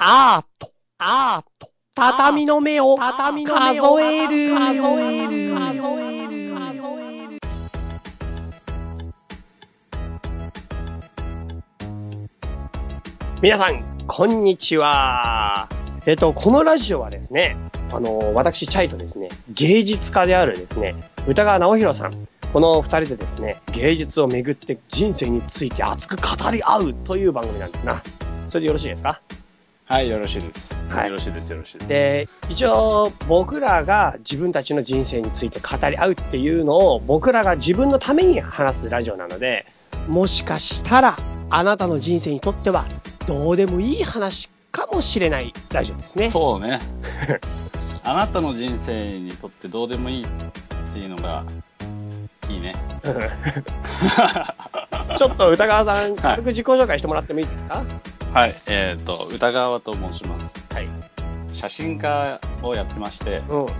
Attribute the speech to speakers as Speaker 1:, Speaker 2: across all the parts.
Speaker 1: アート、アート、畳の目を、畳の目を数える、数える、数える、数える。皆さん、こんにちは。えっと、このラジオはですね、あの、私、チャイとですね、芸術家であるですね、歌川直弘さん、この二人でですね、芸術をめぐって人生について熱く語り合うという番組なんですな。それでよろしいですか
Speaker 2: はい、よろしいです。
Speaker 1: はい
Speaker 2: よろしいです、よろしいです。
Speaker 1: で、一応僕らが自分たちの人生について語り合うっていうのを僕らが自分のために話すラジオなので、もしかしたらあなたの人生にとってはどうでもいい話かもしれないラジオですね。
Speaker 2: そう ね。あなたの人生にとってどうでもいいっていうのが、いいね。
Speaker 1: ちょっと歌川さん、軽く
Speaker 2: は
Speaker 1: 自己紹介してもらってもいいですか
Speaker 2: はい、えっ、と、歌川と申します。
Speaker 1: はい。
Speaker 2: 写真家をやってまして、
Speaker 1: うん。うん。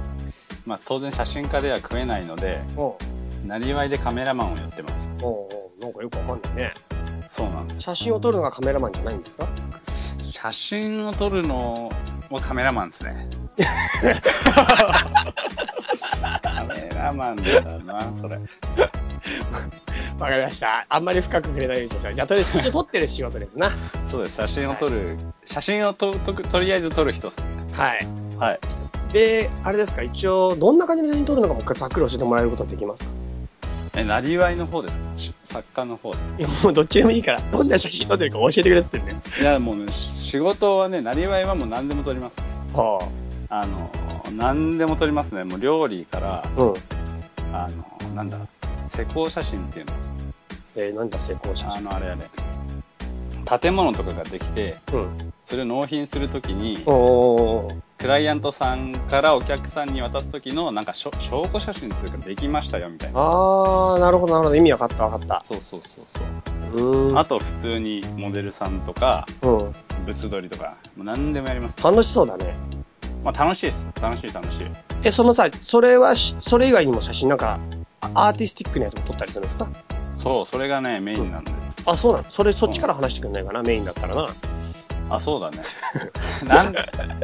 Speaker 2: まあ当然写真家では食えないので、
Speaker 1: お
Speaker 2: なりわいでカメラマンをやってます。
Speaker 1: うおうなんかよくわかんないね。
Speaker 2: そうなんです。
Speaker 1: 写真を撮るのがカメラマンじゃないんですか
Speaker 2: 写真を撮るのはカメラマンですね。 カメラマンだな、それ。
Speaker 1: わかりました。あんまり深く触れないようにしましょう。じゃあ、とりあえず写真撮ってる仕事ですな。
Speaker 2: そうです、写真を撮る、写真をとととりあえず撮る人っすね。
Speaker 1: はい。
Speaker 2: はい。
Speaker 1: で、あれですか、一応、どんな感じの写真撮るのかもう一回ざっくり教えてもらえることはできますか
Speaker 2: え、なりわいの方ですかし作家の方です
Speaker 1: いや、もうどっちでもいいから、どんな写真撮ってるか教えてくれっつってんね。
Speaker 2: かいや、もうね、し仕事はね、なりわいはもう何でも撮ります。
Speaker 1: は
Speaker 2: あの、何でも撮りますね。もう料理から、
Speaker 1: あ。うん。
Speaker 2: あの、なんだ、施工写真っていうの。
Speaker 1: えー、なんだ、成功写
Speaker 2: あ
Speaker 1: 真。
Speaker 2: の、あれあれ。建物とかができて、
Speaker 1: うん。
Speaker 2: それを納品するときに、
Speaker 1: おー。
Speaker 2: クライアントさんからお客さんに渡すときの、なんかしょ証拠写真っていうか、できましたよ、みたいな。
Speaker 1: あー、なるほど、なるほど。意味わかった、わかった。
Speaker 2: そうそうそうそう。
Speaker 1: うーん。
Speaker 2: あと普通にモデルさんとか、
Speaker 1: うん。
Speaker 2: 物撮りとか、もう何でもやります。
Speaker 1: 楽しそうだね。
Speaker 2: まあ楽しいです。楽しい楽しい。
Speaker 1: え、そのさ、それはし、それ以外にも写真なんか、あアーティスティックなやつも撮ったりするんですか
Speaker 2: そう、それがね、メインなんで。
Speaker 1: あ、そうなのそれ、そっちから話してくんないかな、メインだったらな。
Speaker 2: あ、そうだね。 なん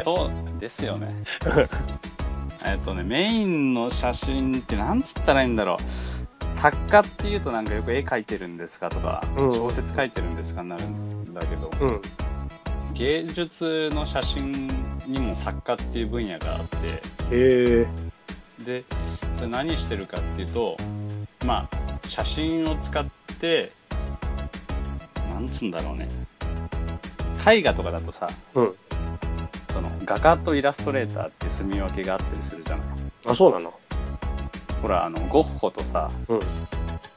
Speaker 2: そうですよね。 えっとね、メインの写真ってなんつったらいいんだろう。作家っていうとなんかよく絵描いてるんですかとか、
Speaker 1: うん
Speaker 2: 小説描いてるんですかになるんですだけど、
Speaker 1: うん。
Speaker 2: 芸術の写真にも作家っていう分野があって、
Speaker 1: へえ。
Speaker 2: でそれ何してるかっていうとまあ写真を使ってなんつうんだろうね絵画とかだとさ
Speaker 1: うん。
Speaker 2: その画家とイラストレーターって住み分けがあったりするじゃない
Speaker 1: あ、そうなの
Speaker 2: ほらあのゴッホとさ
Speaker 1: うん。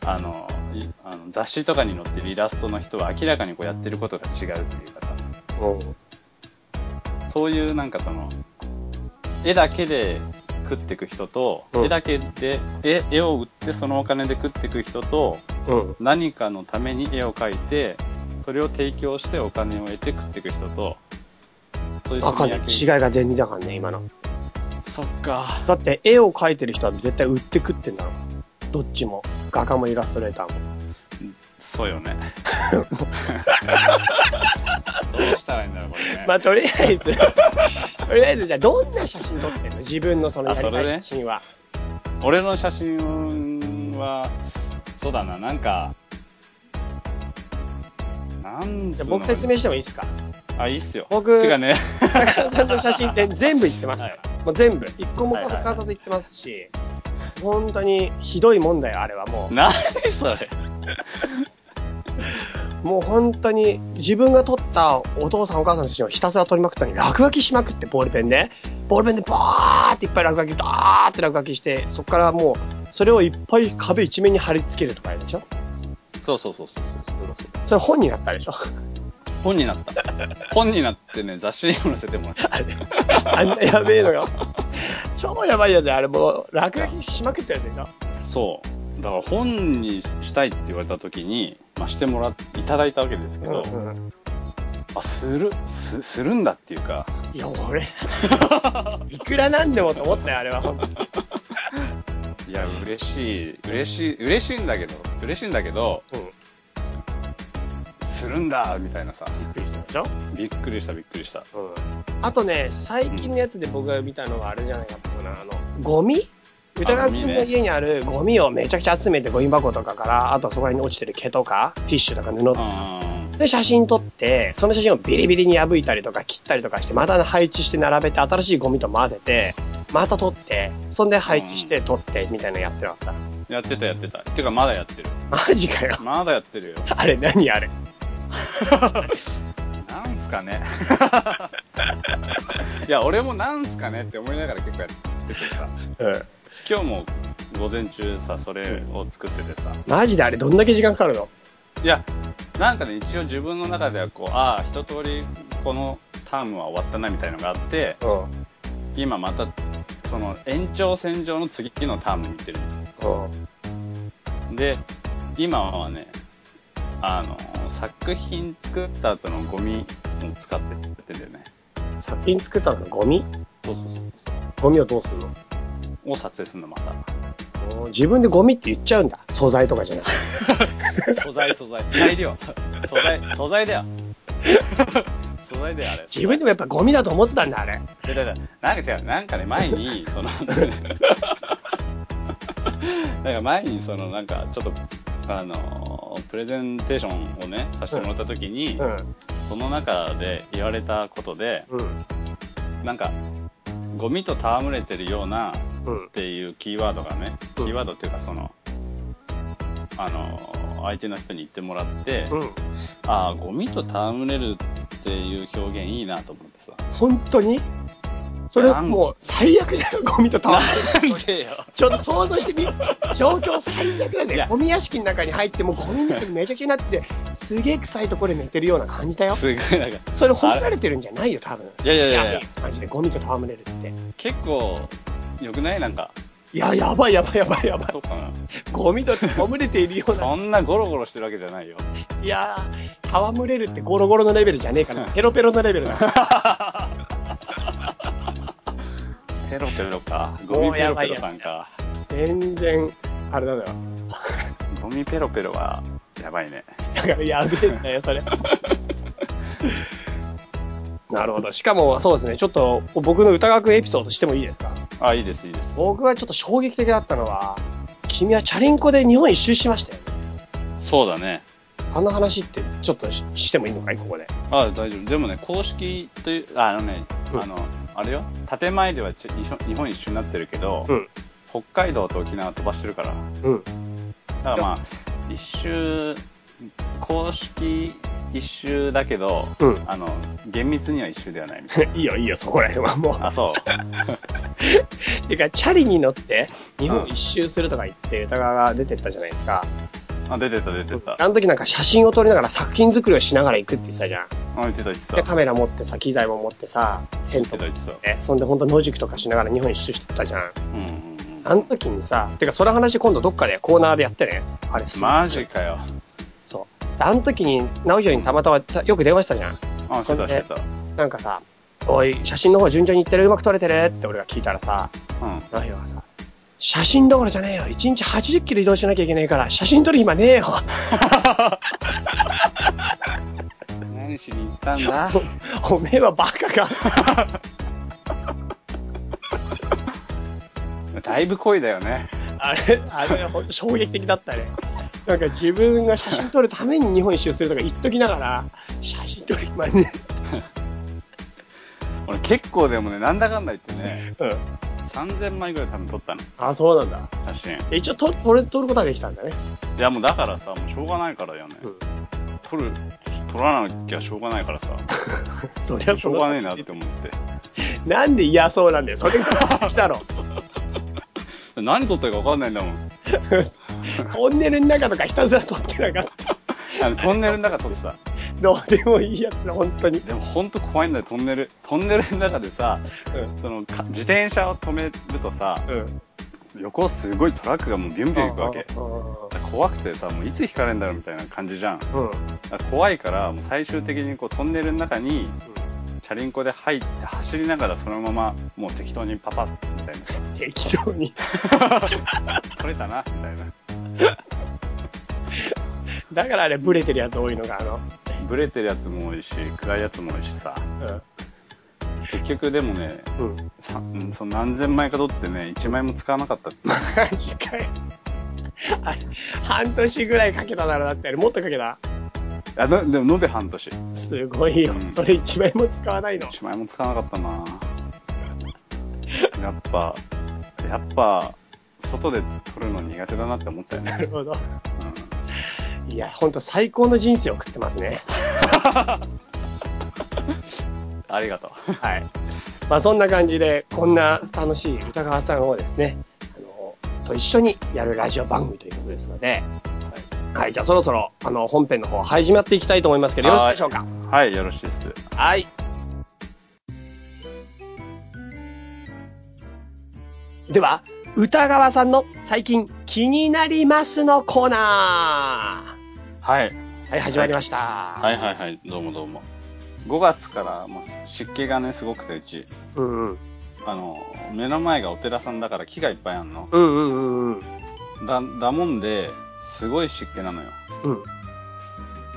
Speaker 2: あのいあの雑誌とかに載ってるイラストの人は明らかにこうやってることが違うっていうかさ
Speaker 1: うん。
Speaker 2: そういうなんかその絵だけで食ってく人と、
Speaker 1: うん
Speaker 2: 絵だけで絵絵を売ってそのお金で食ってく人と
Speaker 1: うん。
Speaker 2: 何かのために絵を描いてそれを提供してお金を得て食っていく人とそういう
Speaker 1: わかんない。違い
Speaker 2: い
Speaker 1: が全然わかんない、今の。
Speaker 2: そっか
Speaker 1: だって、絵を描いてる人は絶対売って食ってんだろ。どっちも。画家もイラストレーターも。
Speaker 2: そうよね どうしたらいいんだろうこれね、
Speaker 1: まあ、とりあえず、 とりあえず、じゃあ、どんな写真撮ってんの自分のその
Speaker 2: あ
Speaker 1: やりた
Speaker 2: それ
Speaker 1: い
Speaker 2: ね
Speaker 1: 写真は。
Speaker 2: 俺の写真はそうだななんかなん
Speaker 1: じ
Speaker 2: つ
Speaker 1: ゃ
Speaker 2: う
Speaker 1: あ
Speaker 2: の
Speaker 1: 僕説明してもいいですか
Speaker 2: あいいっすよ
Speaker 1: 僕
Speaker 2: てかね、
Speaker 1: 高田さんの写真って全部言ってますから。もう全部。一個も
Speaker 2: はいはい
Speaker 1: 観察言ってますし、本当にひどいもんだよ、あれはも
Speaker 2: 何それ
Speaker 1: う。もう本当に自分が撮ったお父さんお母さんの写真をひたすら撮りまくったのに、落書きしまくって、ボールペンで。ボールペンでバーっていっぱい落書き、バーって落書きして、そこからもう、それをいっぱい壁一面に貼り付けるとかやるでしょ
Speaker 2: そうそうそうそうそうそうそう
Speaker 1: それ本になったでしょ
Speaker 2: 本になった本になってね雑誌にも載せてもらった
Speaker 1: あんなやべえのが。超やばいやつ、あれもう、落書きしまくってるでしょ
Speaker 2: そう。だから本にしたいって言われた時に、まあ、してもらっいただいたわけですけど、
Speaker 1: うんうん。
Speaker 2: あ、する、す、するんだっていうか、
Speaker 1: いや、俺、 いくらなんでもと思ったよ、あれは本当に。
Speaker 2: いや、嬉しい、嬉しい、嬉しいんだけど、嬉しいんだけど、
Speaker 1: うん。
Speaker 2: するんだみたいなさ
Speaker 1: びっくりしたでしょ
Speaker 2: びっくりしたびっくりし
Speaker 1: う
Speaker 2: た
Speaker 1: ん。あとね、最近のやつで僕が見たのがあれじゃないかと思うな、あの、ゴミ歌川君の家にあるゴミをめちゃくちゃ集めてゴミ箱とかから、あとはそこら辺に落ちてる毛とか、ティッシュとか布とか
Speaker 2: うん
Speaker 1: で、写真撮って、その写真をビリビリに破いたりとか切ったりとかして、また配置して並べて、新しいゴミと混ぜて、また撮って、そんで配置して撮って、みたいなのやってなかっ
Speaker 2: やってたやってたてかまだやってる
Speaker 1: た。マジかよ。
Speaker 2: まだやってるよ
Speaker 1: あれ、何あれ。
Speaker 2: なんすかね いや俺もなんすかねって思いながら結構やっててさ
Speaker 1: うん。
Speaker 2: 今日も午前中さそれを作っててさ
Speaker 1: マジであれ、どんだけ時間かかるの
Speaker 2: いやなんかね一応自分の中ではこうああ一通りこのタームは終わったなみたいのがあって
Speaker 1: うん。
Speaker 2: 今またその延長線上の次のタームに行ってる
Speaker 1: うん。
Speaker 2: で今はねあの作品作った後のゴミを使ってやってんだよね
Speaker 1: 作品作ったのゴミ
Speaker 2: そうそうそう
Speaker 1: ゴミをどうするの
Speaker 2: を撮影するのまた
Speaker 1: うん自分でゴミって言っちゃうんだ。素材とかじゃなくて。
Speaker 2: 素材素材材 料素材素材だよ 素材だよあれ
Speaker 1: 自分でもやっぱゴミだと思ってたんだ、あれ。
Speaker 2: いやだからなんか違う、なんかね、前に、そ の、なんか前に、その、なんか、ちょっと、あの、プレゼンテーションをね、させてもらった時に、
Speaker 1: ん。
Speaker 2: その中で言われたことで、
Speaker 1: うん。
Speaker 2: なんか、ゴミと戯れてるようなっ
Speaker 1: うん。
Speaker 2: ていうキーワードがね、キ
Speaker 1: うん
Speaker 2: ーワードっていうか、その、あの、相手の人に言ってもらって、
Speaker 1: うん。
Speaker 2: ああ、ゴミと戯れるっていう表現いいなと思ってさ。
Speaker 1: 本当にそれもう最悪だよ、ゴミと戯れてる
Speaker 2: なんでよ。
Speaker 1: ちょっと想像してみ、状況最悪だ
Speaker 2: い
Speaker 1: ね
Speaker 2: や。
Speaker 1: ゴミ屋敷の中に入って、もうゴミの中にめちゃくちゃになってて、すげえ臭いところで寝てるような感じだよ。
Speaker 2: すごい、なんか、
Speaker 1: それ褒められてるんじゃないよ、多分。
Speaker 2: いやいやいやいや
Speaker 1: マジでゴミと戯れるって。
Speaker 2: 結構良くないなん か
Speaker 1: いや、やばいやばいやばいやばい。
Speaker 2: そうかな
Speaker 1: ゴミと戯れているような。
Speaker 2: そんなゴロゴロしてるわけじゃないよ
Speaker 1: いやー、戯れるってゴロゴロのレベルじゃねえかな。ペロペロのレベルだ。
Speaker 2: ペロペロかゴ
Speaker 1: も
Speaker 2: ミ
Speaker 1: う
Speaker 2: ペ
Speaker 1: や
Speaker 2: ロ
Speaker 1: ば
Speaker 2: ペ
Speaker 1: い
Speaker 2: ロ
Speaker 1: や
Speaker 2: さ
Speaker 1: ばい
Speaker 2: んか
Speaker 1: 全然、あれだよ。
Speaker 2: ゴミペロペロはやばいね
Speaker 1: だからやべえんだよ、 それ。なるほど。しかも、そうですね。ちょっと、僕の歌学エピソードしてもいいですか
Speaker 2: あいいですいいです
Speaker 1: 僕はちょっと衝撃的だったのは、君はチャリンコで日本一周しましたよね。
Speaker 2: そうだね
Speaker 1: あの話ってちょっとししてもいいのかいここで。
Speaker 2: あ大丈夫でもね公式というああのね、
Speaker 1: うん
Speaker 2: あのあれよ建前ではち日本日本一周になってるけど、
Speaker 1: うん
Speaker 2: 北海道と沖縄飛ばしてるから
Speaker 1: うん。
Speaker 2: だからまあ一周公式一周だけど
Speaker 1: うん。
Speaker 2: あの厳密には一周ではないみたい
Speaker 1: いいよいいよ、そこら辺はも
Speaker 2: なあそう
Speaker 1: う。てか、チャリに乗って日本一周するとか言って歌川が出てったじゃないですか。
Speaker 2: あ、出てた、出てた。
Speaker 1: あの時なんか写真を撮りながら作品作りをしながら行くって言ってたじゃん。
Speaker 2: あ、言ってた、言ってた。
Speaker 1: で、カメラ持ってさ、機材も持ってさ、テ
Speaker 2: 言
Speaker 1: ン
Speaker 2: って
Speaker 1: ト
Speaker 2: た、
Speaker 1: も
Speaker 2: 言ってた。
Speaker 1: ね、そんで本当野宿とかしながら日本一周してたじゃん。
Speaker 2: うんうんうん。
Speaker 1: あの時にさ、てかその話今度どっかでコーナーでやってね。あれす
Speaker 2: マジかよ。
Speaker 1: そう。であの時に、直弘にたまたまたよく電話したじゃん。
Speaker 2: あ、して
Speaker 1: そ
Speaker 2: た、
Speaker 1: ん
Speaker 2: して
Speaker 1: で
Speaker 2: た。
Speaker 1: なんかさ、おい、写真の方順調にいってるうまく撮れてるって俺が聞いたらさ、
Speaker 2: うん。
Speaker 1: 直弘がさ、写真どころじゃねえよ !1 日80キロ移動しなきゃいけないから、写真撮る暇ねえよ
Speaker 2: 何しに行ったんだ
Speaker 1: おめえはバカか
Speaker 2: だいぶ恋だよね。
Speaker 1: あれ、あれはほんと衝撃的だったね。なんか自分が写真撮るために日本一周するとか言っときながら、写真撮る暇ね
Speaker 2: 俺結構でもね、なんだかんだ言ってね、
Speaker 1: え。うん。
Speaker 2: 3000枚ぐらい多分撮ったの、
Speaker 1: あ、そうなんだ。
Speaker 2: 写真。
Speaker 1: 一応撮、撮れ、撮ることはできたんだね。
Speaker 2: いやもうだからさ、もうしょうがないからよね。
Speaker 1: うん
Speaker 2: 撮る、撮らなきゃしょうがないから さ、
Speaker 1: そりゃ
Speaker 2: し
Speaker 1: そ
Speaker 2: ょう
Speaker 1: の
Speaker 2: がねえなって思って。
Speaker 1: なんで嫌そうなんだよ。それが来たろ。
Speaker 2: 何撮ったか分かんないんだもん。
Speaker 1: トンネルの中とかひたすら撮ってなかった。
Speaker 2: あの、トンネルの中撮ってた。
Speaker 1: どうでもいいやつ、本当に。
Speaker 2: でも本当怖いんだよ、トンネル。トンネルの中でさ、その、か自転車を止めるとさ、
Speaker 1: うん。うん。
Speaker 2: 横をすごいトラックがもうビュンビュン行くわけ。
Speaker 1: う
Speaker 2: 怖くてさ、もういつ引かれるんだろうみたいな感じじゃん。だ
Speaker 1: ん。うん。
Speaker 2: から怖いから、もう最終的にこうトンネルの中に、チャリンコで入って走りながらそのまま、もう適当にパパッみたいなさ、
Speaker 1: 適当に。
Speaker 2: 取れたな、みたいな。
Speaker 1: だからあれ、ブレてるやつ多いのが、あの、
Speaker 2: ブレてるやつも多いし、暗いやつも多いしさ。結局でもね、
Speaker 1: うん。うん。
Speaker 2: さうんその何千枚か取ってね、1枚も使わなかったって。
Speaker 1: マジかよ。あれ、半年ぐらいかけただろ、だってあれ。もっとかけた
Speaker 2: あのでも延べ半年。
Speaker 1: すごいよ
Speaker 2: う。ん
Speaker 1: それ一枚も使わないの。
Speaker 2: 1枚も使わなかったなやっぱ、やっぱ、外で撮るの苦手だなって思ったよね。
Speaker 1: なるほど。
Speaker 2: うん
Speaker 1: いや、ほんと最高の人生を送ってますね。
Speaker 2: ありがとう。はい。
Speaker 1: まあそんな感じで、こんな楽しい歌川さんをですね、あの、と一緒にやるラジオ番組ということですので、はい、じゃあそろそろ、あの、本編の方、始まっていきたいと思いますけど、よろしいでしょうか
Speaker 2: はい、よろしいです。
Speaker 1: はい。では、歌川さんの最近気になりますのコーナ
Speaker 2: はい。
Speaker 1: ー。はい、始まりました。。
Speaker 2: はいいはいはい、どうもどうも。5月から、もう湿気がね、すごくて、うち、
Speaker 1: うんうん。
Speaker 2: あの、目の前がお寺さんだから木がいっぱいあんの。
Speaker 1: うんうんうんうん。
Speaker 2: だ、だもんで、すごい湿気なのよ。
Speaker 1: うん。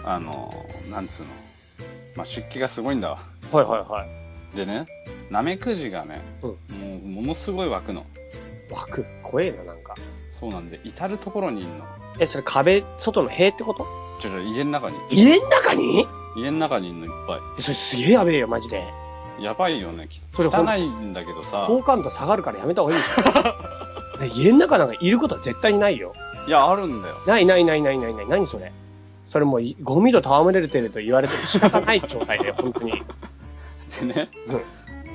Speaker 2: あの、なんつうの。まあ、湿気がすごいんだわ。
Speaker 1: はいはい
Speaker 2: でね、ナメクジがね、もう、ものすごい湧くの。
Speaker 1: はい。枠、怖えな、なんか。
Speaker 2: そうなんで、至るところにいるの。
Speaker 1: え、それ壁、外の塀ってこと
Speaker 2: ちょちょ、家の中に。
Speaker 1: 家ん中に
Speaker 2: 家の中にいるのいっぱ
Speaker 1: えそれすげえやべえよ、マジで。
Speaker 2: い。やばいよね。き
Speaker 1: それほ
Speaker 2: 汚
Speaker 1: ん
Speaker 2: いんだけどさ。
Speaker 1: 好感度下がるからやめた方がいい よね家ん中なんかいることは絶対にないよ。
Speaker 2: いや、あるんだよ。
Speaker 1: ないないないないないない。何それそれもうい、ゴミと戯れてると言われても仕方ない状態だよ、本当に。
Speaker 2: でね、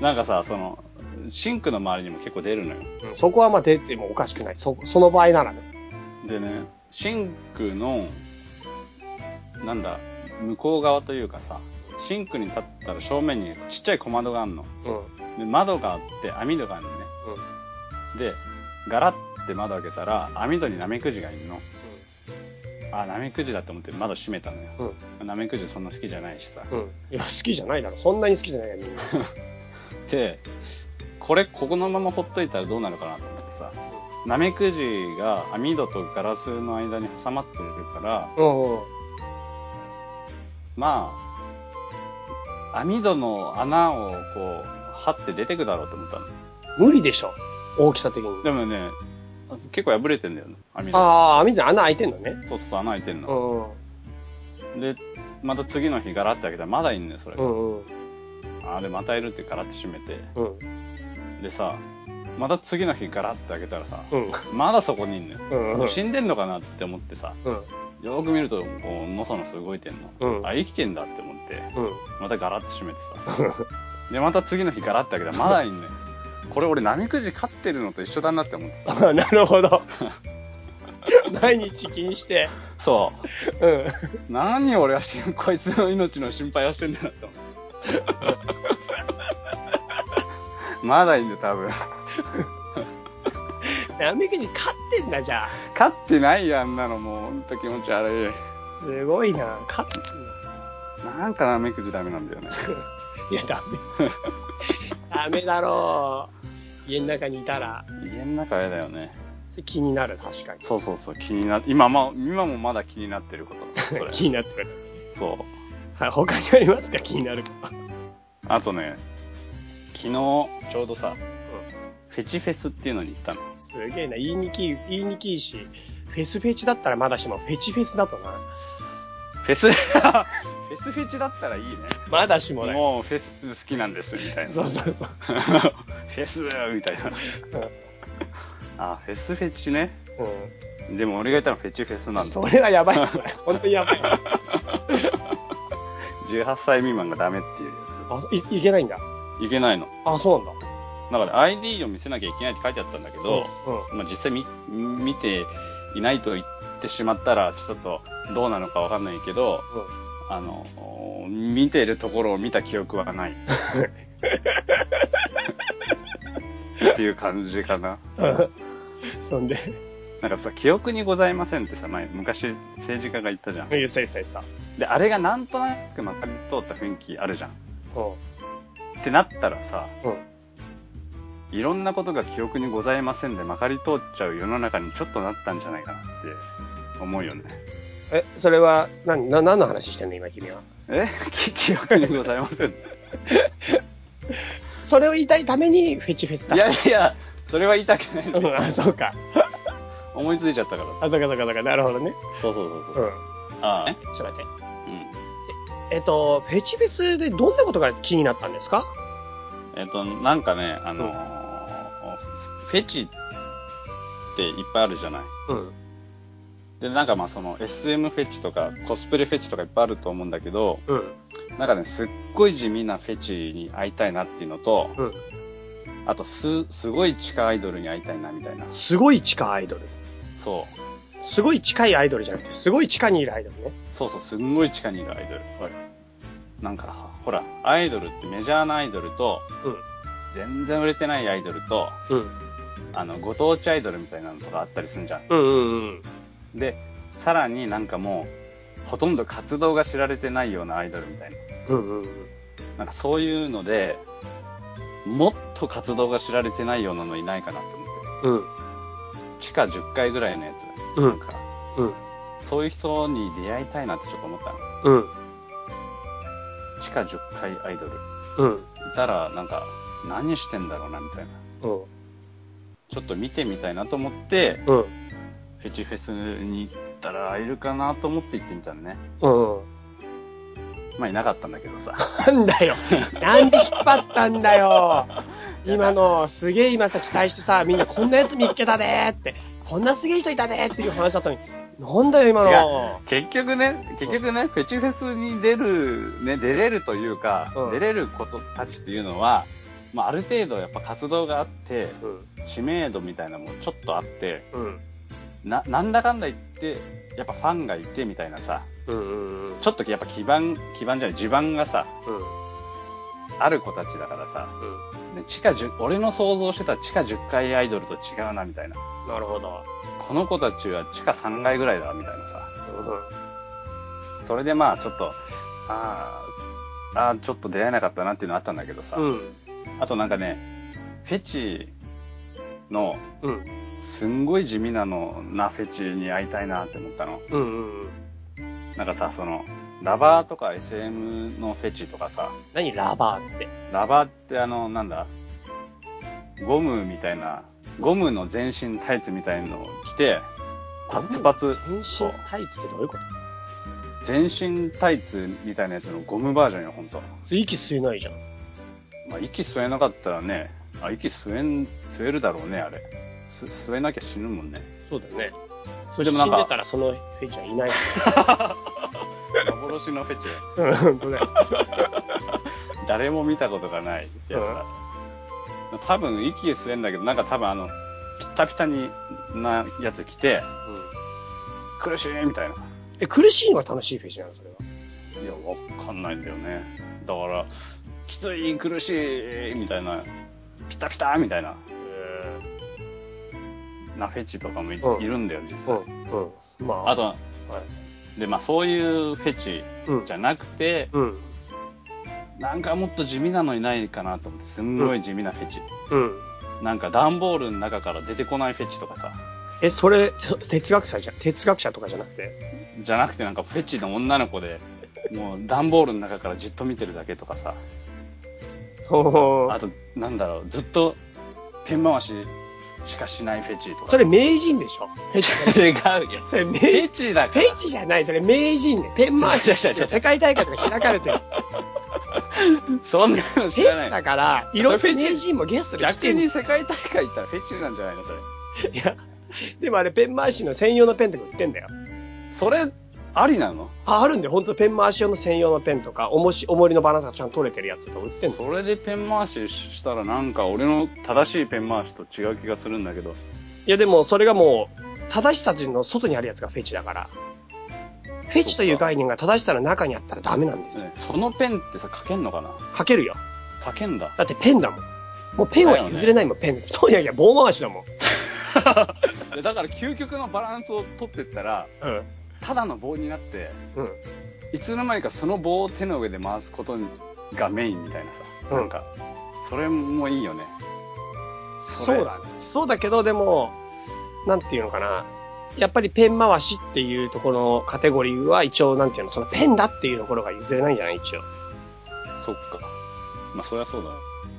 Speaker 2: なんかさ、その、シンクの周りにも結構出るのよ。
Speaker 1: うんそこはまあ出てもおかしくない。そ、その場合ならね。
Speaker 2: でね、シンクの、なんだ、向こう側というかさ、シンクに立ったら正面にちっちゃい小窓があんの。
Speaker 1: うん。
Speaker 2: で、窓があって網戸があるのね。で、ガラって窓開けたら、網戸にナメクジがいるの。あ、ナメクジだって思って窓閉めたのよ。ナメクジそんな好きじゃないしさ。
Speaker 1: うん。うん。いや、好きじゃないだろ。そんなに好きじゃないよ、みんな。
Speaker 2: で、これここのままほっといたらどうなるかなと思ってさ、ナメクジが網戸とガラスの間に挟まってるから、
Speaker 1: うんうん。
Speaker 2: まあ、網戸の穴をこう、張って出てくだろうと思ったの。
Speaker 1: 無理でしょ。大きさ的に。
Speaker 2: でもね、結構破れてんだよ、網戸。
Speaker 1: ああ、みんな穴開いてんのね。
Speaker 2: そうそう、穴開いてん
Speaker 1: う
Speaker 2: の。
Speaker 1: んうん。
Speaker 2: で、また次の日ガラって開けたらまだいんのよ、それ
Speaker 1: う。んうん。
Speaker 2: あれまたいるってガラって閉めて。
Speaker 1: うん。
Speaker 2: でさ、また次の日ガラって開けたらさ、
Speaker 1: うん。
Speaker 2: まだそこにいんのよ。
Speaker 1: うんうん。
Speaker 2: もう死んでんのかなって思ってさ、
Speaker 1: うん。
Speaker 2: よーく見ると、こう、のそのそ動いてんの。
Speaker 1: うん。
Speaker 2: あ、生きてんだって思って、
Speaker 1: うん。
Speaker 2: またガラッと閉めて さ。で、また次の日ガラッて開けたら、まだいんねこれ俺、ナメクジ飼ってるのと一緒だなって思って さ。
Speaker 1: あなるほど。毎日気にして。
Speaker 2: そ
Speaker 1: うん。
Speaker 2: う。何俺はし、こいつの命の心配をしてんだなって 思って。まだいいんだよ、多分。
Speaker 1: ナメクジ飼ってんだじゃあ。
Speaker 2: 飼ってないやんあんなの、もう、ほんと気持ち悪い。
Speaker 1: すごいな。飼ってん
Speaker 2: なんかナメクジダメなんだよね。
Speaker 1: だ。いや、ダメ。ダメだろう。家の中にいたら、
Speaker 2: 家の中は嫌だよね。
Speaker 1: それ気になる、確かに。
Speaker 2: そうそうそう、気にな、今も、今もまだ気になってること。そ れ
Speaker 1: 気になってくる。
Speaker 2: そう。
Speaker 1: はい、他にありますか気になること。
Speaker 2: あとね、昨日、ちょうどさ、フェチフェスっていうのに行ったの。
Speaker 1: すげえな。言いにきい、言いにきいし、フェスフェチだったらまだしも、フェチフェスだとな。
Speaker 2: フェス、 フェスフェチだったらいいね。
Speaker 1: まだしもね。
Speaker 2: もうフェス好きなんです、みたいな。
Speaker 1: そうそうそう。
Speaker 2: フェス、みたいな。あ、フェスフェチね。
Speaker 1: う。
Speaker 2: でも俺がいたのフェチフェスなんんだ
Speaker 1: そ。れはやばい。本当にやばい。
Speaker 2: 18歳未満がダメっていうや
Speaker 1: あ、そい、いけないんだ。
Speaker 2: つ。いけないの。
Speaker 1: あ、そうなんだ。
Speaker 2: だから ID を見せなきゃいけないって書いてあったんだけど、
Speaker 1: うん。
Speaker 2: まあ、実際見、見ていないと言ってしまったら、ちょっとどうなのかわかんないけど、
Speaker 1: うん
Speaker 2: あの、お見てるところを見た記憶 はない。っていう感じかな。
Speaker 1: そんで、
Speaker 2: なんかさ、記憶にございませんってさ、前、昔政治家が言ったじゃん。
Speaker 1: ゆさゆさゆさ。
Speaker 2: で、あれがなんとなくまかり通った雰囲気あるじゃん。
Speaker 1: う
Speaker 2: ってなったらさ、
Speaker 1: うん
Speaker 2: いろんなことが記憶にございませんでまかり通っちゃう世の中にちょっとなったんじゃないかなって思うよね。
Speaker 1: ん。え、それは、な、な、何の話してんの今君は。
Speaker 2: え 記憶にございま せん。い
Speaker 1: それを言いたいためにフェチフェスだ。
Speaker 2: やいや、それは言いたくない
Speaker 1: うん
Speaker 2: で
Speaker 1: あ、
Speaker 2: す。
Speaker 1: そうか。
Speaker 2: 思いついちゃったから。
Speaker 1: あ、そうかそうかそうか。なるほどね。
Speaker 2: そうそうそう
Speaker 1: う
Speaker 2: そう。
Speaker 1: ん。
Speaker 2: ああね。
Speaker 1: ちょっと待って。
Speaker 2: うん。
Speaker 1: えっと、フェチフェスでどんなことが気になったんですか
Speaker 2: えっ、と、なんかね、あのーフェチっていっぱいあるじゃない。
Speaker 1: うん。
Speaker 2: で、なんかまあその SM フェチとかコスプレフェチとかいっぱいあると思うんだけど、
Speaker 1: うん。
Speaker 2: なんかね、すっごい地味なフェチに会いたいなっていうのと、
Speaker 1: うん
Speaker 2: あとす、すごい地下アイドルに会いたいなみたいな。
Speaker 1: すごい地下アイドル。
Speaker 2: そう。
Speaker 1: すごい近いアイドルじゃなくて、すごい地下にいるアイドルね。
Speaker 2: そうそう、すんごい地下にいるアイドル。なんか、ほら、アイドルってメジャーなアイドルと、
Speaker 1: うん
Speaker 2: 全然売れてないアイドルと、
Speaker 1: うん。
Speaker 2: あの、ご当地アイドルみたいなのとかあったりすんじゃん。
Speaker 1: うんうんうん。
Speaker 2: で、さらになんかもう、ほとんど活動が知られてないようなアイドルみたいな。
Speaker 1: うんうんうん。
Speaker 2: なんかそういうので、もっと活動が知られてないようなのいないかなと思っ
Speaker 1: うん。
Speaker 2: て。地下10回ぐらいのやつ。
Speaker 1: う
Speaker 2: なん
Speaker 1: ん。
Speaker 2: か、
Speaker 1: うん。
Speaker 2: そういう人に出会いたいなってちょっと思ったの。
Speaker 1: うん。
Speaker 2: 地下10回アイドル。
Speaker 1: うん。
Speaker 2: いたら、なんか、何してんだろうな、みたいな。
Speaker 1: うん。
Speaker 2: ちょっと見てみたいなと思って、
Speaker 1: うん。
Speaker 2: フェチフェスに行ったら会えるかなと思って行ってみたのね。
Speaker 1: うん。
Speaker 2: まあいなかったんだけどさ。
Speaker 1: なんだよ。なんで引っ張ったんだよ。今の、すげえ今さ、期待してさ、みんなこんなやつ見っけたねーって、こんなすげえ人いたねーっていう話だったのに、なんだよ今の。
Speaker 2: 結局ね、結局ね、フェチフェスに出る、ね、出れるというか、
Speaker 1: うん
Speaker 2: 出れることたちっていうのは、まあ、ある程度やっぱ活動があって、
Speaker 1: うん。
Speaker 2: 知名度みたいなのもちょっとあって、
Speaker 1: うん。
Speaker 2: な、なんだかんだ言って、やっぱファンがいてみたいなさ、
Speaker 1: うんうんうん。
Speaker 2: ちょっとやっぱ基盤、基盤じゃない、地盤がさ、
Speaker 1: うん。
Speaker 2: ある子たちだからさ、
Speaker 1: うん。
Speaker 2: ね、地下10、俺の想像してた地下10階アイドルと違うな、みたいな。
Speaker 1: なるほど。
Speaker 2: この子たちは地下3階ぐらいだ、みたいなさ。それでまあちょっと、あーあー、ちょっと出会えなかったなっていうのはあったんだけどさ、
Speaker 1: うん。
Speaker 2: あとなんかね、フェチの、
Speaker 1: うん。
Speaker 2: すんごい地味なのなフェチに会いたいなって思ったの。
Speaker 1: うん。うんうん。
Speaker 2: なんかさ、その、ラバーとか SM のフェチとかさ、
Speaker 1: 何ラバーって。
Speaker 2: ラバーってあの、なんだゴムみたいな、ゴムの全身タイツみたいのを着て、パツパツ
Speaker 1: 全身タイツってどういうこ
Speaker 2: 全身タイツみたいなやつのゴムバージョンよ、ほんと。
Speaker 1: と息吸えないじゃん。
Speaker 2: まあ、息吸えなかったらね、あ、息吸えん、吸えるだろうね、あれ。す吸えなきゃ死ぬもんね。
Speaker 1: そうだね。それ
Speaker 2: で
Speaker 1: で
Speaker 2: も
Speaker 1: 死
Speaker 2: なんん
Speaker 1: で
Speaker 2: か
Speaker 1: たらそのフェイちゃんい ない。
Speaker 2: 幻のフェチ。
Speaker 1: うん、本当だよ。
Speaker 2: 誰も見たことがないやつだ。多分息吸えんだけど、なんか多分あの、ピッタピタになやつ着て、
Speaker 1: うん。
Speaker 2: 苦しいみたいな。
Speaker 1: え、苦しいのは楽しいフェイチなのそれは。
Speaker 2: いや、わかんないんだよね。だから、きつい、苦しい、みたいな、ピタピタみたいな、なフェチとかもい,、
Speaker 1: うん
Speaker 2: るんだよ、実
Speaker 1: う
Speaker 2: 際。
Speaker 1: ん。うん。まあ。
Speaker 2: あと、で、まあそういうフェチ
Speaker 1: うん
Speaker 2: じ。ゃなくて、
Speaker 1: うん。
Speaker 2: なんかもっと地味なのいないかなと思って、すんごい地味なフェチ。
Speaker 1: うん。
Speaker 2: なんか段ボールの中から出てこないフェチとかさ、
Speaker 1: え、それ、そ哲学者じゃ、哲学者とかじゃなくて。
Speaker 2: じゃなくてなんかフェチの女の子で、もう段ボールの中からじっと見てるだけとかさ、
Speaker 1: ほうほ
Speaker 2: あと、なんだろう、ずっとペン回ししかしないフェチと
Speaker 1: う
Speaker 2: か。
Speaker 1: それ名人でしょ フェイちゃん。
Speaker 2: 違うよ。
Speaker 1: それ名
Speaker 2: フェチだ
Speaker 1: フ
Speaker 2: から。
Speaker 1: ェイチじゃない、それ名人で。ペン回し。
Speaker 2: 違う違う違う違う
Speaker 1: 世界大会とか開かれてる。
Speaker 2: そんなの
Speaker 1: フ
Speaker 2: 知ら
Speaker 1: ェ
Speaker 2: な
Speaker 1: ス
Speaker 2: い。
Speaker 1: だから、いろんな
Speaker 2: それフェチ
Speaker 1: 名人もゲストで来て
Speaker 2: 逆
Speaker 1: る
Speaker 2: に世界大会行ったらフェチなんじゃないのそれ。
Speaker 1: いや、でもあれペン回しの専用のペンとか売ってんだよ。
Speaker 2: それ、ありなの
Speaker 1: あ、あるんで、ほんとペン回し用の専用のペンとか、おもし、重りのバランスがちゃんと取れてるやつとか売ってんの。
Speaker 2: それでペン回ししたらなんか俺の正しいペン回しと違う気がするんだけど。
Speaker 1: いやでも、それがもう、正しさの外にあるやつがフェチだから。フェチという概念が正しさの中にあったらダメなんですよ。
Speaker 2: ねそのペンってさ、書けんのかな
Speaker 1: 書けるよ。
Speaker 2: 書けんだ。
Speaker 1: だってペンだもん。もうペンは譲れないもん、ペン。そういやいや、棒回しだもん。
Speaker 2: でだから究極のバランスを取ってったら、
Speaker 1: うん。
Speaker 2: ただの棒になって、
Speaker 1: うん。
Speaker 2: いつの間にかその棒を手の上で回すことがメインみたいなさ。
Speaker 1: うん
Speaker 2: なんか、それもいいよね。
Speaker 1: そうだね。そうだけど、でも、なんていうのかな。やっぱりペン回しっていうところのカテゴリーは一応なんていうの、そのペンだっていうところが譲れないんじゃない一応。
Speaker 2: そっか。まあ、そりゃそうだ。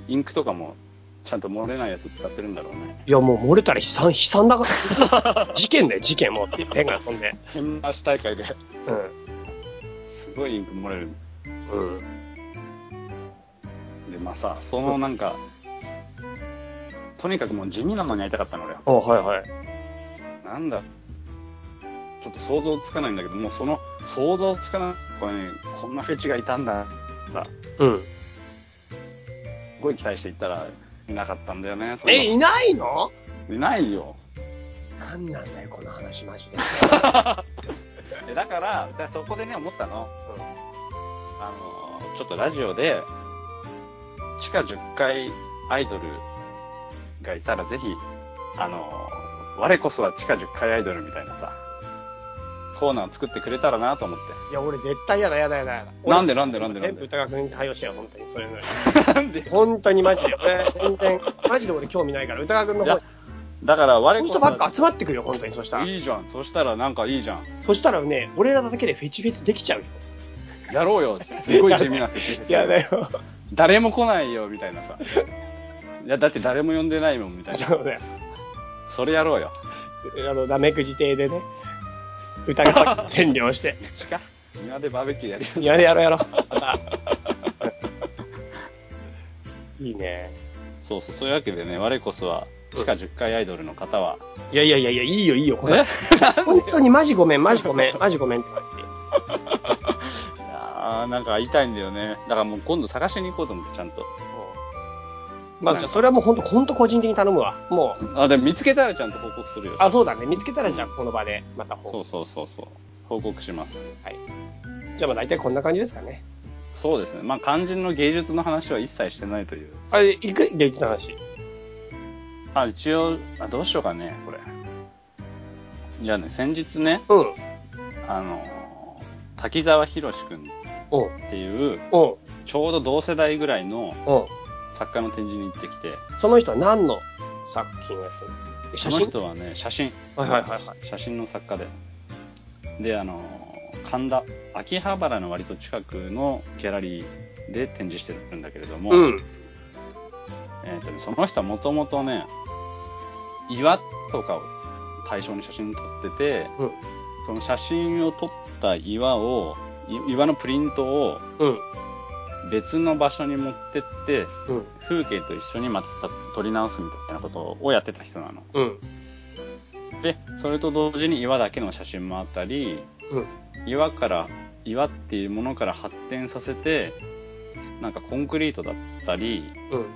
Speaker 2: インクとかも、ちゃんと漏れないやつ使ってるんだろう ね。
Speaker 1: いやもう漏れたら悲惨、悲惨だ から。事件だよ、事件もうってペンが飛んで。
Speaker 2: 変な足大会で、
Speaker 1: う
Speaker 2: すごいインク漏れる。
Speaker 1: ん。うん。
Speaker 2: で、まあさ、そのなんか、とにかくもう地味なのに会いたかったの俺は。
Speaker 1: あはいはい。
Speaker 2: なんだ。ちょっと想像つかないんだけど、もうその想像つかないこれね、こんなフェチがいたんだ。さ、
Speaker 1: うん。
Speaker 2: すごい期待していったら、いなかったんだよね。そ
Speaker 1: え、
Speaker 2: れ
Speaker 1: いないの
Speaker 2: いないよ。
Speaker 1: なんなんだよ、この話マジで。
Speaker 2: えだから、だからそこでね、思ったの。
Speaker 1: うん
Speaker 2: あの、ちょっとラジオで、地下10階アイドルがいたら、ぜひ、あの、我こそは地下10階アイドルみたいなさ、コーナーを作ってくれたらなと思って。
Speaker 1: いや、俺絶対やだやだやだやだ。
Speaker 2: なんでなんでなんでなんで
Speaker 1: 全部歌川くんに対応してよ、本当に。そういうのに。
Speaker 2: なんで
Speaker 1: 本当にマジで。俺、全然、マジで俺興味ないから、歌川くんの
Speaker 2: い
Speaker 1: 方
Speaker 2: やだから
Speaker 1: そう
Speaker 2: 我
Speaker 1: い
Speaker 2: こ
Speaker 1: う
Speaker 2: そ
Speaker 1: 人
Speaker 2: は
Speaker 1: ばっか集まってくるよ、本当に。そしたら。
Speaker 2: いいじゃん。そしたらなんかいいじゃん。
Speaker 1: そしたらね、俺らだけでフェチフェチできちゃうよ。
Speaker 2: やろうよ。すごい地味なフェチフェス
Speaker 1: よ。
Speaker 2: 誰も来ないよ、みたいなさ。いや、だって誰も呼んでないもん、みたいな。
Speaker 1: そうだよ。
Speaker 2: それやろうよ。
Speaker 1: あの、ダメくじ亭でね、歌川くん占領 して。
Speaker 2: 近っ庭でバーベキューやります
Speaker 1: やれやろやろ。また。いいね。
Speaker 2: そうそう、そういうわけでね、我こそは、地下10階アイドルの方は、
Speaker 1: いやいやいやいや、いいよいいよ、これ。本当にマジごめん、マジごめん、マジごめんって感じ。
Speaker 2: いやーなんか会いたいんだよね。だからもう今度探しに行こうと思って、ちゃんと。
Speaker 1: まあ、じゃあそれはもう本当、本当個人的に頼むわ。もう、
Speaker 2: あ、でも見つけたらちゃんと報告するよ。
Speaker 1: あ、そうだね。見つけたらじゃあこの場で、また
Speaker 2: そ
Speaker 1: 報
Speaker 2: うそうそうそう。報告します。
Speaker 1: 告。じゃあまあ大体こんな感じですかね。
Speaker 2: そうですね。まあ、肝心の芸術の話は一切してないという。
Speaker 1: あ、行く芸術の話。
Speaker 2: あ、一応、あどうしようかね、これ。いやね、先日ね、
Speaker 1: うん。
Speaker 2: あのー滝沢博くん
Speaker 1: うん。
Speaker 2: っていう、
Speaker 1: うん。
Speaker 2: ちょうど同世代ぐらいの
Speaker 1: うん。
Speaker 2: 作家の展示に行ってきて、
Speaker 1: その人は何の作品をやってるの
Speaker 2: そ
Speaker 1: 写
Speaker 2: の
Speaker 1: 真
Speaker 2: 人はね、写真。
Speaker 1: はいはいはいはい。
Speaker 2: 写真の作家で。で、あのー神田、秋葉原の割と近くのギャラリーで展示してるんだけれども、
Speaker 1: うん。
Speaker 2: えーとね、その人はもともとね、岩とかを対象に写真撮ってて、
Speaker 1: うん
Speaker 2: その写真を撮った岩を、い岩のプリントを
Speaker 1: うん。
Speaker 2: 別の場所に持ってって、
Speaker 1: うん。
Speaker 2: 風景と一緒にまた撮り直すみたいなことをやってた人なの。
Speaker 1: うん。
Speaker 2: で、それと同時に岩だけの写真もあったり、
Speaker 1: うん
Speaker 2: 岩から、岩っていうものから発展させて、なんかコンクリートだったり、
Speaker 1: うん。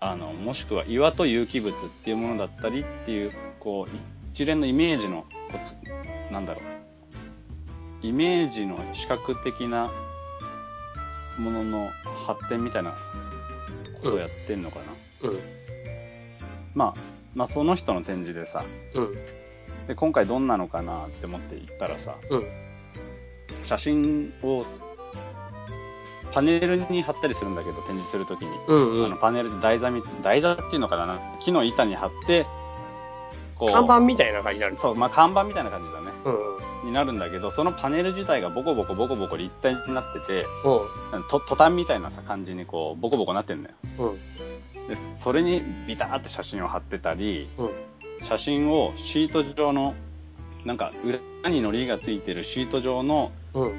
Speaker 2: あの、もしくは岩と有機物っていうものだったりっていう、こう、一連のイメージの、こうつなんだろう。イメージの視覚的なものの発展みたいなことをやってんのかな。
Speaker 1: うん。
Speaker 2: まあ、まあその人の展示でさ、
Speaker 1: うん。
Speaker 2: で今回どんなのかなって思って行ったらさ、
Speaker 1: うん。
Speaker 2: 写真をパネルに貼ったりするんだけど、展示するときに。
Speaker 1: うん。う
Speaker 2: あの
Speaker 1: ん。
Speaker 2: パネルで台座み、台座っていうのかな木の板に貼って、こ
Speaker 1: 看板みたいな感じになる。
Speaker 2: そう、まあ、看板みたいな感じだね。
Speaker 1: うん。うん。
Speaker 2: になるんだけど、そのパネル自体がボコボコボコボコ立体になってて、
Speaker 1: う
Speaker 2: と、トタンみたいなさ、感じにこう、ボコボコなってんだよ。
Speaker 1: ん。うん。
Speaker 2: で、それにビターって写真を貼ってたり、
Speaker 1: うん
Speaker 2: 写真をシート状の、なんか、裏に糊がついてるシート状の
Speaker 1: うん。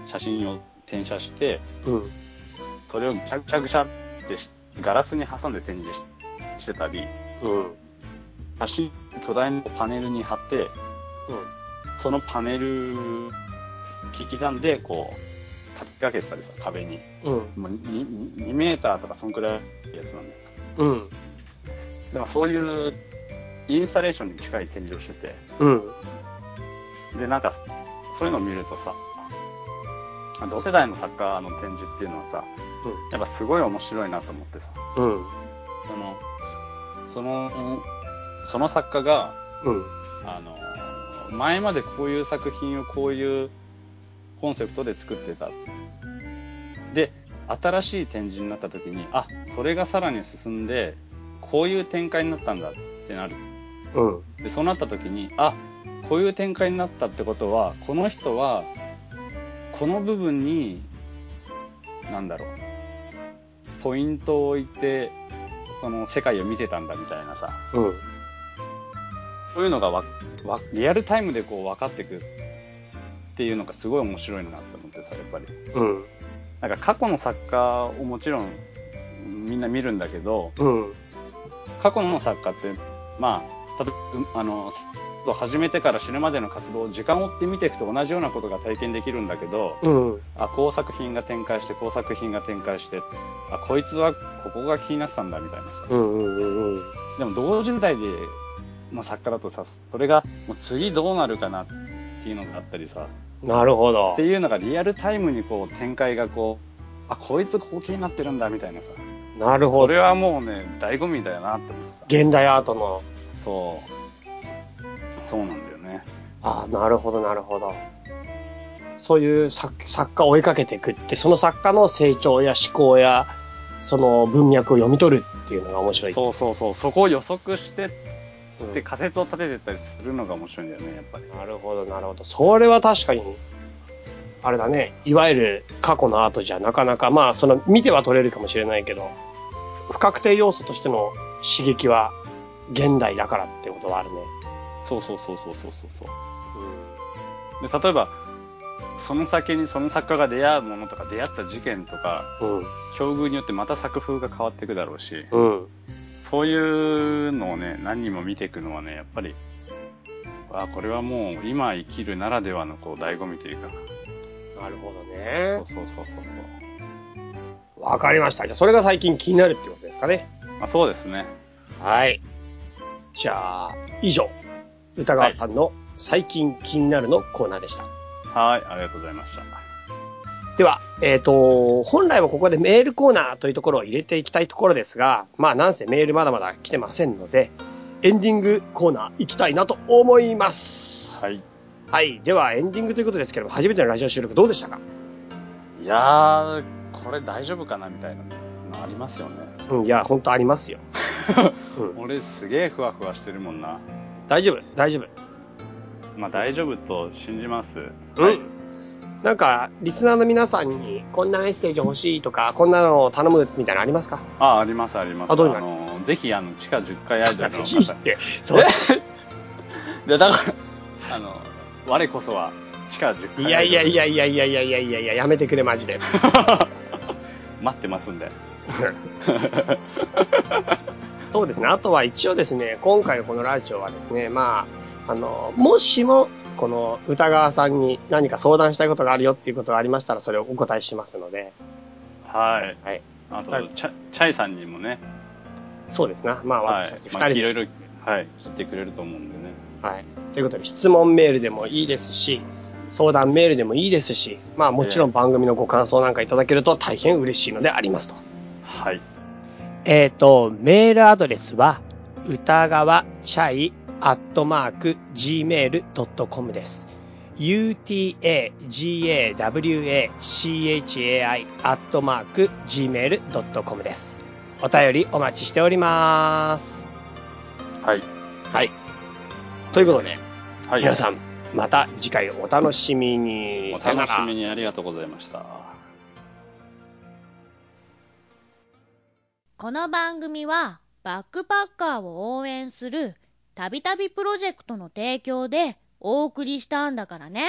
Speaker 2: の写真を転写して、
Speaker 1: うん。
Speaker 2: それをぐしゃぐしゃぐしゃってしガラスに挟んで展示ししてたり、
Speaker 1: うん。
Speaker 2: 写真巨大なパネルに貼って、そのパネル切り刻んで、こう、立てかけてたりさ、壁に。
Speaker 1: うん。
Speaker 2: もう 2, 2メーターとかそんくらいのやつなんだよ。
Speaker 1: うん。
Speaker 2: だからそういうインスタレーションに近い展示をしてて、
Speaker 1: うん。
Speaker 2: で、なんか、そういうのを見るとさ、同世代の作家の展示っていうのはさ、
Speaker 1: うん
Speaker 2: やっぱすごい面白いなと思ってさ、
Speaker 1: うん。
Speaker 2: その、その、その作家が、
Speaker 1: うん。
Speaker 2: あの、前までこういう作品をこういうコンセプトで作ってた。で、新しい展示になった時に、あ、それがさらに進んで、こういう展開になったんだってなる
Speaker 1: うん。
Speaker 2: でそうなった時にあこういう展開になったってことはこの人はこの部分になんだろうポイントを置いてその世界を見てたんだみたいなさ
Speaker 1: うん。
Speaker 2: そういうのがわわリアルタイムでこう分かってくっていうのがすごい面白いなって思ってさやっぱり
Speaker 1: うん。
Speaker 2: なんか過去の作家をもちろんみんな見るんだけど
Speaker 1: うん。
Speaker 2: 過去の作家ってまあ例えばあの始めてから死ぬまでの活動を時間を追って見ていくと同じようなことが体験できるんだけど
Speaker 1: うん。
Speaker 2: あこう作品が展開してこう作品が展開してあこいつはここが気になってたんだみたいなさ
Speaker 1: うん。うん。うん。
Speaker 2: でも同時代での作家だとさそれがもう次どうなるかなっていうのがあったりさ
Speaker 1: なるほど
Speaker 2: って。いうのがリアルタイムにこう展開がこうあこいつここ気になってるんだみたいなさ
Speaker 1: なるほ
Speaker 2: こ
Speaker 1: ど。
Speaker 2: れはもうね醍醐味だよなって思ってさ
Speaker 1: 現代アートの。
Speaker 2: そうそうなんだよね
Speaker 1: ああ、なるほど、なるほど。そういう作作家を追いかけていくって、その作家の成長や思考や、その文脈を読み取るっていうのが面白い。
Speaker 2: そうそうそうそこを予測してっ
Speaker 1: うん
Speaker 2: て仮説を立ててったりするのが面白いんだよねやっぱり
Speaker 1: なるほど、なるほど。それは確かに、あれだね、いわゆる過去のアートじゃなかなか、まあ、その、見ては取れるかもしれないけど、ふ不確定要素としての刺激は、現代だからってことはあるね。
Speaker 2: そうそうそうそうそうそうそうで例えばその先にその作家が出会うものとか出会った事件とか
Speaker 1: うん。
Speaker 2: 境遇によってまた作風が変わっていくだろうし
Speaker 1: うん。うん。
Speaker 2: そういうのをね何人も見ていくのはねやっぱりあこれはもう今生きるならではのこう醍醐味というか
Speaker 1: なるほど
Speaker 2: そう
Speaker 1: ね。
Speaker 2: そうそうそうそう
Speaker 1: わかりました。じゃあ、それが最近気になるってことですかね。
Speaker 2: まあ、そうですね。
Speaker 1: はい。じゃあ、以上、歌川さんの最近気になるのコーナーでした。
Speaker 2: はい、ありがとうございました。
Speaker 1: では、えっ、と、本来はここでメールコーナーというところを入れていきたいところですが、まあなんせメールまだまだ来てませんので、エンディングコーナー行きたいなと思います。。
Speaker 2: はいい。
Speaker 1: はい。では、エンディングということですけれども、初めてのラジオ収録どうでしたか
Speaker 2: いやー、これ大丈夫かなみたいなのありますよね。
Speaker 1: うん、いや、本当ありますよ。うん
Speaker 2: 俺すげーふわふわしてるもんな。
Speaker 1: 大丈夫、大丈夫。
Speaker 2: まあ大丈夫と信じます。
Speaker 1: うん
Speaker 2: はい。
Speaker 1: なんか、リスナーの皆さんに、こんなメッセージ欲しいとか、こんなのを頼むみたいなのありますか
Speaker 2: あ、ありますあります。
Speaker 1: あどういうのありま
Speaker 2: の、ぜひあの、地下10階アイド ルの方。
Speaker 1: て。 そう。
Speaker 2: で、だから、 あの、我こそは地下10階
Speaker 1: いやいやい
Speaker 2: や。
Speaker 1: やいやいやいやいやいやいや、やめてくれ、マジで。
Speaker 2: 待ってますんで。
Speaker 1: そうですね。あとは一応ですね、今回のこのラジオはですね、まあ、あの、もしも、この歌川さんに何か相談したいことがあるよっていうことがありましたら、それをお答えしますので、
Speaker 2: はい。
Speaker 1: はい。
Speaker 2: あと、チャチャイさんにもね、
Speaker 1: そうですな。まあ、
Speaker 2: はい
Speaker 1: 私たち。
Speaker 2: まあ
Speaker 1: 二
Speaker 2: いろ
Speaker 1: 人
Speaker 2: いろ、はい、聞いてくれると思うんでね。
Speaker 1: はい、ということで、質問メールでもいいですし、相談メールでもいいですし、まあ、もちろん番組のご感想なんかいただけると大変嬉しいのでありますと。
Speaker 2: はい。
Speaker 1: えっ、と、メールアドレスは、歌川チャイアットマーク gmail.com です。utagawachai アットマーク gmail.com です。お便りお待ちしております。
Speaker 2: はい。
Speaker 1: はい。ということで、
Speaker 2: はい。
Speaker 1: 皆さん、また次回お楽しみに。
Speaker 2: お
Speaker 1: さよな
Speaker 2: 楽し
Speaker 1: ら
Speaker 2: みにありがとうございました。
Speaker 3: この番組はバックパッカーを応援するたびたびプロジェクトの提供でお送りしたんだからね。